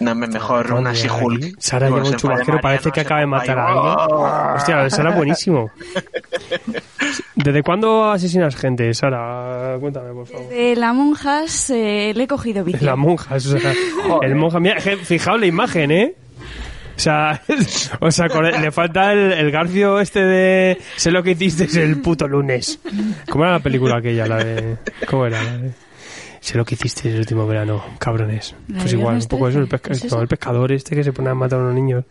No, mejor una así Hulk. Sara lleva un chubasquero, parece que acaba de matar a alguien. Hostia, Sara es buenísimo. ¿Desde cuándo asesinas gente, Sara? Cuéntame, por favor. De la monjas eh, le he cogido vicio. La monja, o sea, el monja. Mira, je- fijaos la imagen, ¿eh? O sea, o sea, con el- le falta el, el garfio este de sé lo que hiciste el puto lunes. ¿Cómo era la película aquella? La de, ¿Cómo era? La de, sé lo que hiciste el último verano, cabrones. La Pues de igual, un Viernes poco eso, el, 13, pesca- ¿es no, eso? el pescador este que se pone a matar a unos niños.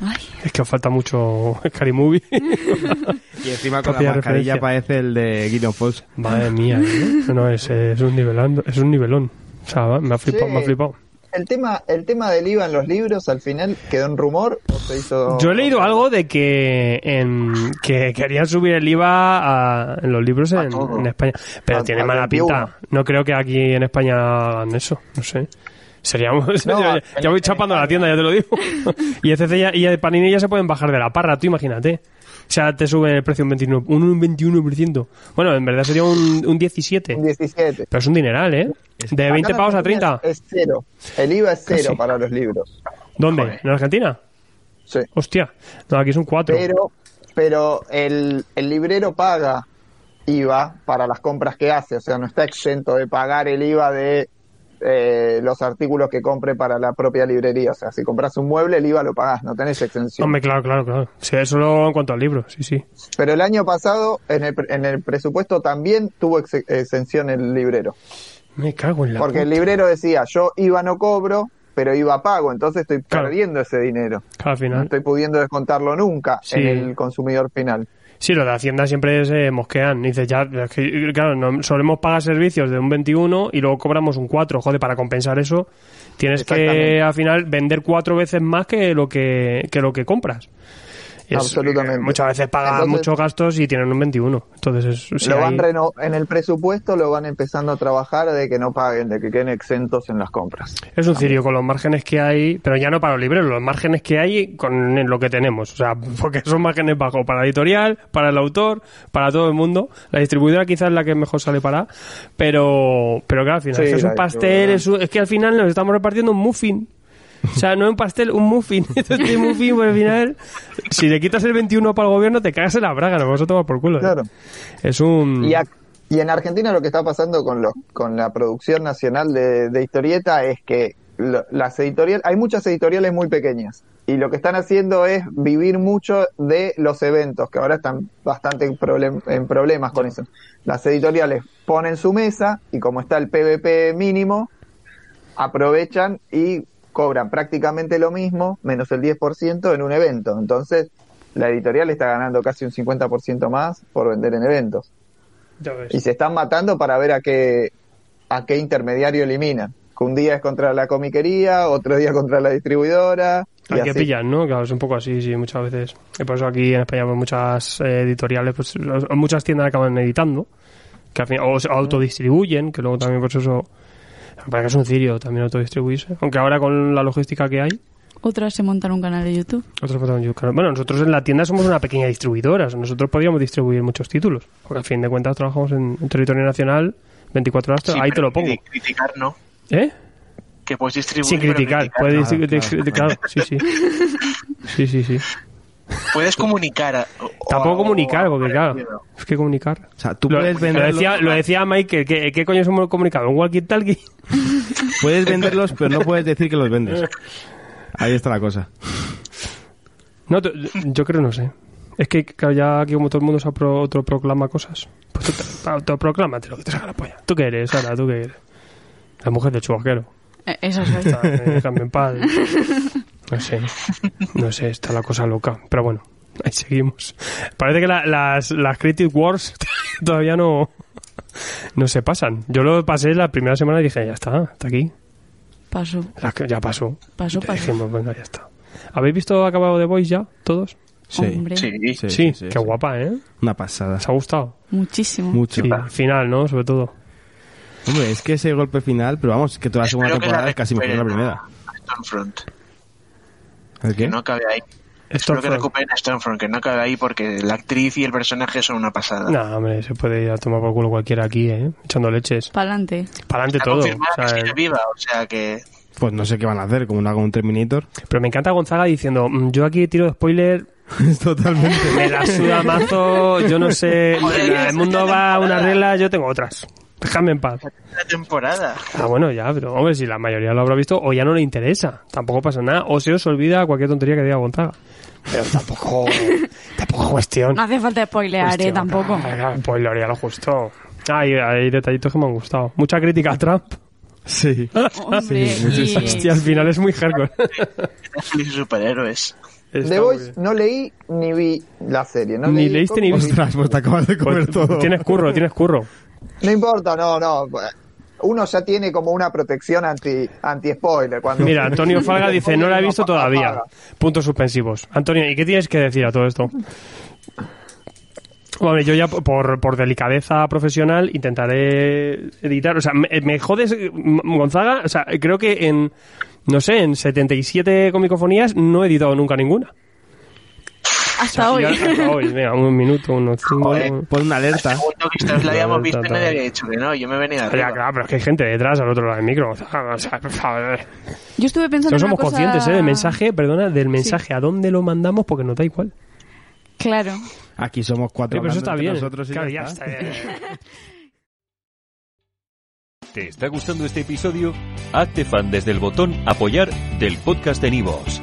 Ay, Es que falta mucho Scary Movie. Y encima con la Propia mascarilla referencia. parece el de Guido Fox. Madre mía, ¿eh? no, es, es un nivelando, es un nivelón. O sea, va, me ha flipado, Sí. me ha flipado. El tema, el tema del IVA en los libros al final quedó en rumor o se hizo. Yo he leído algo de que en, que querían subir el IVA a- en los libros A en, todo. en España, pero A- tiene a mala 21. pinta. No creo que aquí en España hagan eso, no sé. Seríamos, No, ya, ya voy en- chapando a la tienda, ya te lo digo. y ECC ya- y el Panini ya se pueden bajar de la parra, tú imagínate. O sea, te suben el precio un 21%. Un 21%. Bueno, en verdad sería un, un 17%. Un 17. Pero es un dineral, ¿eh? De Acá 20 en pavos a Argentina 30. Es cero. El IVA es cero Casi. para los libros. ¿Dónde? ¿En Argentina? Sí. Hostia. No, aquí son 4. Pero, pero el, el librero paga IVA para las compras que hace. O sea, no está exento de pagar el IVA de eh, los artículos que compre para la propia librería. O sea, si compras un mueble, el IVA lo pagás. No tenés exención. Hombre, claro, claro, claro. Sí, eso lo en cuanto al libro, sí, sí. Pero el año pasado, en el, pre- en el presupuesto también tuvo ex- exención el librero. Me cago en la. Porque el puta. librero decía, yo IVA no cobro, pero IVA pago, entonces estoy Claro. perdiendo ese dinero. Claro, al No final. estoy pudiendo descontarlo nunca Sí. en el consumidor final. Sí, lo de Hacienda siempre se mosquean. Dices, ya, es que, claro, no- solemos pagar servicios de un 21 y luego cobramos un 4. Joder, para compensar eso, tienes que Exactamente. al final vender cuatro veces más que lo que, que, lo que compras. Y es- eh, Absolutamente. muchas veces pagan Entonces- muchos gastos y tienen un 21. Entonces, es, sí, lo ahí- van reno- en el presupuesto lo van empezando a trabajar de que no paguen, de que queden exentos en las compras. Es un cirio con los márgenes que hay, pero ya no para los libreros, los márgenes que hay con lo que tenemos. O sea, porque son márgenes bajos para la editorial, para el autor, para todo el mundo. La distribuidora quizás es la que mejor sale para, pero, pero claro, al final, Sí, esto es la un pastel, distribuidora. es, un- es que al final nos estamos repartiendo un muffin. O sea, no un pastel, un muffin. Este muffin, pues al final, si le quitas el 21 para el gobierno, te cagas en la braga, nos vamos a tomar por culo. ¿eh? Claro. Es un... Y, ac- y en Argentina lo que está pasando con, los, con la producción nacional de, de historieta es que lo- las editoriales, hay muchas editoriales muy pequeñas y lo que están haciendo es vivir mucho de los eventos, que ahora están bastante en, problem- en problemas con eso. Las editoriales ponen su mesa y como está el PVP mínimo, aprovechan y cobran prácticamente lo mismo, menos el 10% en un evento. Entonces, la editorial está ganando casi un 50% más por vender en eventos Ya ves. y se están matando para ver a qué a qué intermediario eliminan. Que un día es contra la comiquería, otro día contra la distribuidora. y Hay que así. pillan, ¿no? Claro, es un poco así, sí, muchas veces. Y por eso aquí en España pues, muchas eh, editoriales, pues o- muchas tiendas acaban editando, que al final, o se autodistribuyen, que luego también por eso... Para que es un cirio también autodistribuirse. Aunque ahora con la logística que hay, otras se montan un canal de YouTube. otros podrán buscar- Bueno, nosotros en la tienda somos una pequeña distribuidora, o sea, nosotros podríamos distribuir muchos títulos, porque al fin de cuentas trabajamos en, en territorio nacional 24 horas, ahí te lo pongo. Sin criticar, ¿no? ¿Eh? Que puedes distribuir. Sin pero criticar, criticar puedes, no. distri- distri- claro, sí, sí. Sí, sí, sí. Puedes comunicar. a- o- Tampoco o- comunicar, o- porque claro, es que comunicar. O sea, tú lo, puedes lo venderlos, decía, lo decía Mike, ¿qué, ¿qué coño somos comunicado? ¿Un walkie-talkie? puedes venderlos, pero no puedes decir que los vendes. Ahí está la cosa. No, t- yo creo no sé. Es que claro, ya aquí como todo el mundo se apro- autoproclama cosas, pues tú te- autoproclámate lo que te saca la polla. ¿Tú qué eres, Sara? ¿Tú qué eres? La mujer del chubasquero. Eh, Eso soy. Ah, eh, Déjame en paz. No sé. No sé, está la cosa loca. Pero bueno, ahí seguimos. Parece que la- las, las Critic Wars todavía no, no se pasan. Yo lo pasé la primera semana y dije, ya está, está aquí. Paso, Las que- Ya pasó. paso, Y paso. dijimos, venga, ya está. ¿Habéis visto acabado de Voice ya? ¿Todos? Sí. Hombre, Sí, Sí, Sí, sí, sí, qué sí. guapa, ¿eh? Una pasada. ¿Os ha gustado? muchísimo. Mucho. Sí, al final, ¿no? Sobre todo. Hombre, es que ese golpe final, pero vamos, que toda la segunda espero que la temporada es casi mejor que la recuperen primera. a Stormfront. ¿El Que qué? no acabe ahí. Espero que Stormfront. recuperen a Stormfront, que no acabe ahí porque la actriz y el personaje son una pasada. Nah, hombre, se puede ir a tomar por culo cualquiera aquí, ¿eh? Echando leches. Pa'lante. Para adelante Está todo. confirmada o sea, eh. que sigue viva, o sea que Pues no sé qué van a hacer, como no haga un Terminator. Pero me encanta Gonzaga diciendo, "Mm, yo aquí tiro spoiler, Es totalmente. me la suda mazo, yo no sé, el mundo va a una regla, yo tengo otras. Déjame en paz. La temporada. Ah, bueno, ya, pero hombre, si la mayoría lo habrá visto o ya no le interesa, tampoco pasa nada, o se os olvida cualquier tontería que diga Gonzaga. Pero tampoco, tampoco cuestión. No hace falta spoilear, eh, Cuestión. tampoco. Ah, claro, Pues lo haría lo justo. Hay, hay detallitos que me han gustado. Mucha crítica a Trump. Sí. Ah, Hombre, Sí, sí, y- Hostia, al final es muy hardcore. Y superhéroes. Está muy The Voice bien. no leí ni vi la serie. No eh. Ni leí leíste ni cómo- viste. Ostras, pues te acabas de comer Pues, todo. Tienes curro, tienes curro. No importa, no, no. Uno ya tiene como una protección anti, anti spoiler. Cuando Mira, Antonio Falga dice, no la he visto todavía. Puntos suspensivos. Antonio, ¿y qué tienes que decir a todo esto? Vale, yo ya por, por delicadeza profesional intentaré editar. O sea, me, me jodes, eh, Gonzaga. O sea, creo que en, no sé, en 77 comicofonías no he editado nunca ninguna. hasta Y hoy. ya hasta hoy, venga, un minuto, unos cinco. Joder. un- Pon una alerta. Segundo que ustedes la habíamos visto y Tanta- nadie había dicho que no. Yo me he venido Ya, arriba. claro, pero es que hay gente detrás al otro lado del micro. O sea, por favor. Yo estuve No pensando en una somos cosa- conscientes, ¿eh? Del mensaje, perdona, del mensaje. ¿A dónde lo mandamos? Porque nos da igual. Claro. Aquí somos cuatro. Oye, pero eso hablando está entre bien. Nosotros y Claro, ya está. ya está. ¿Te está gustando este episodio? Hazte fan desde el botón Apoyar del podcast de Nivos.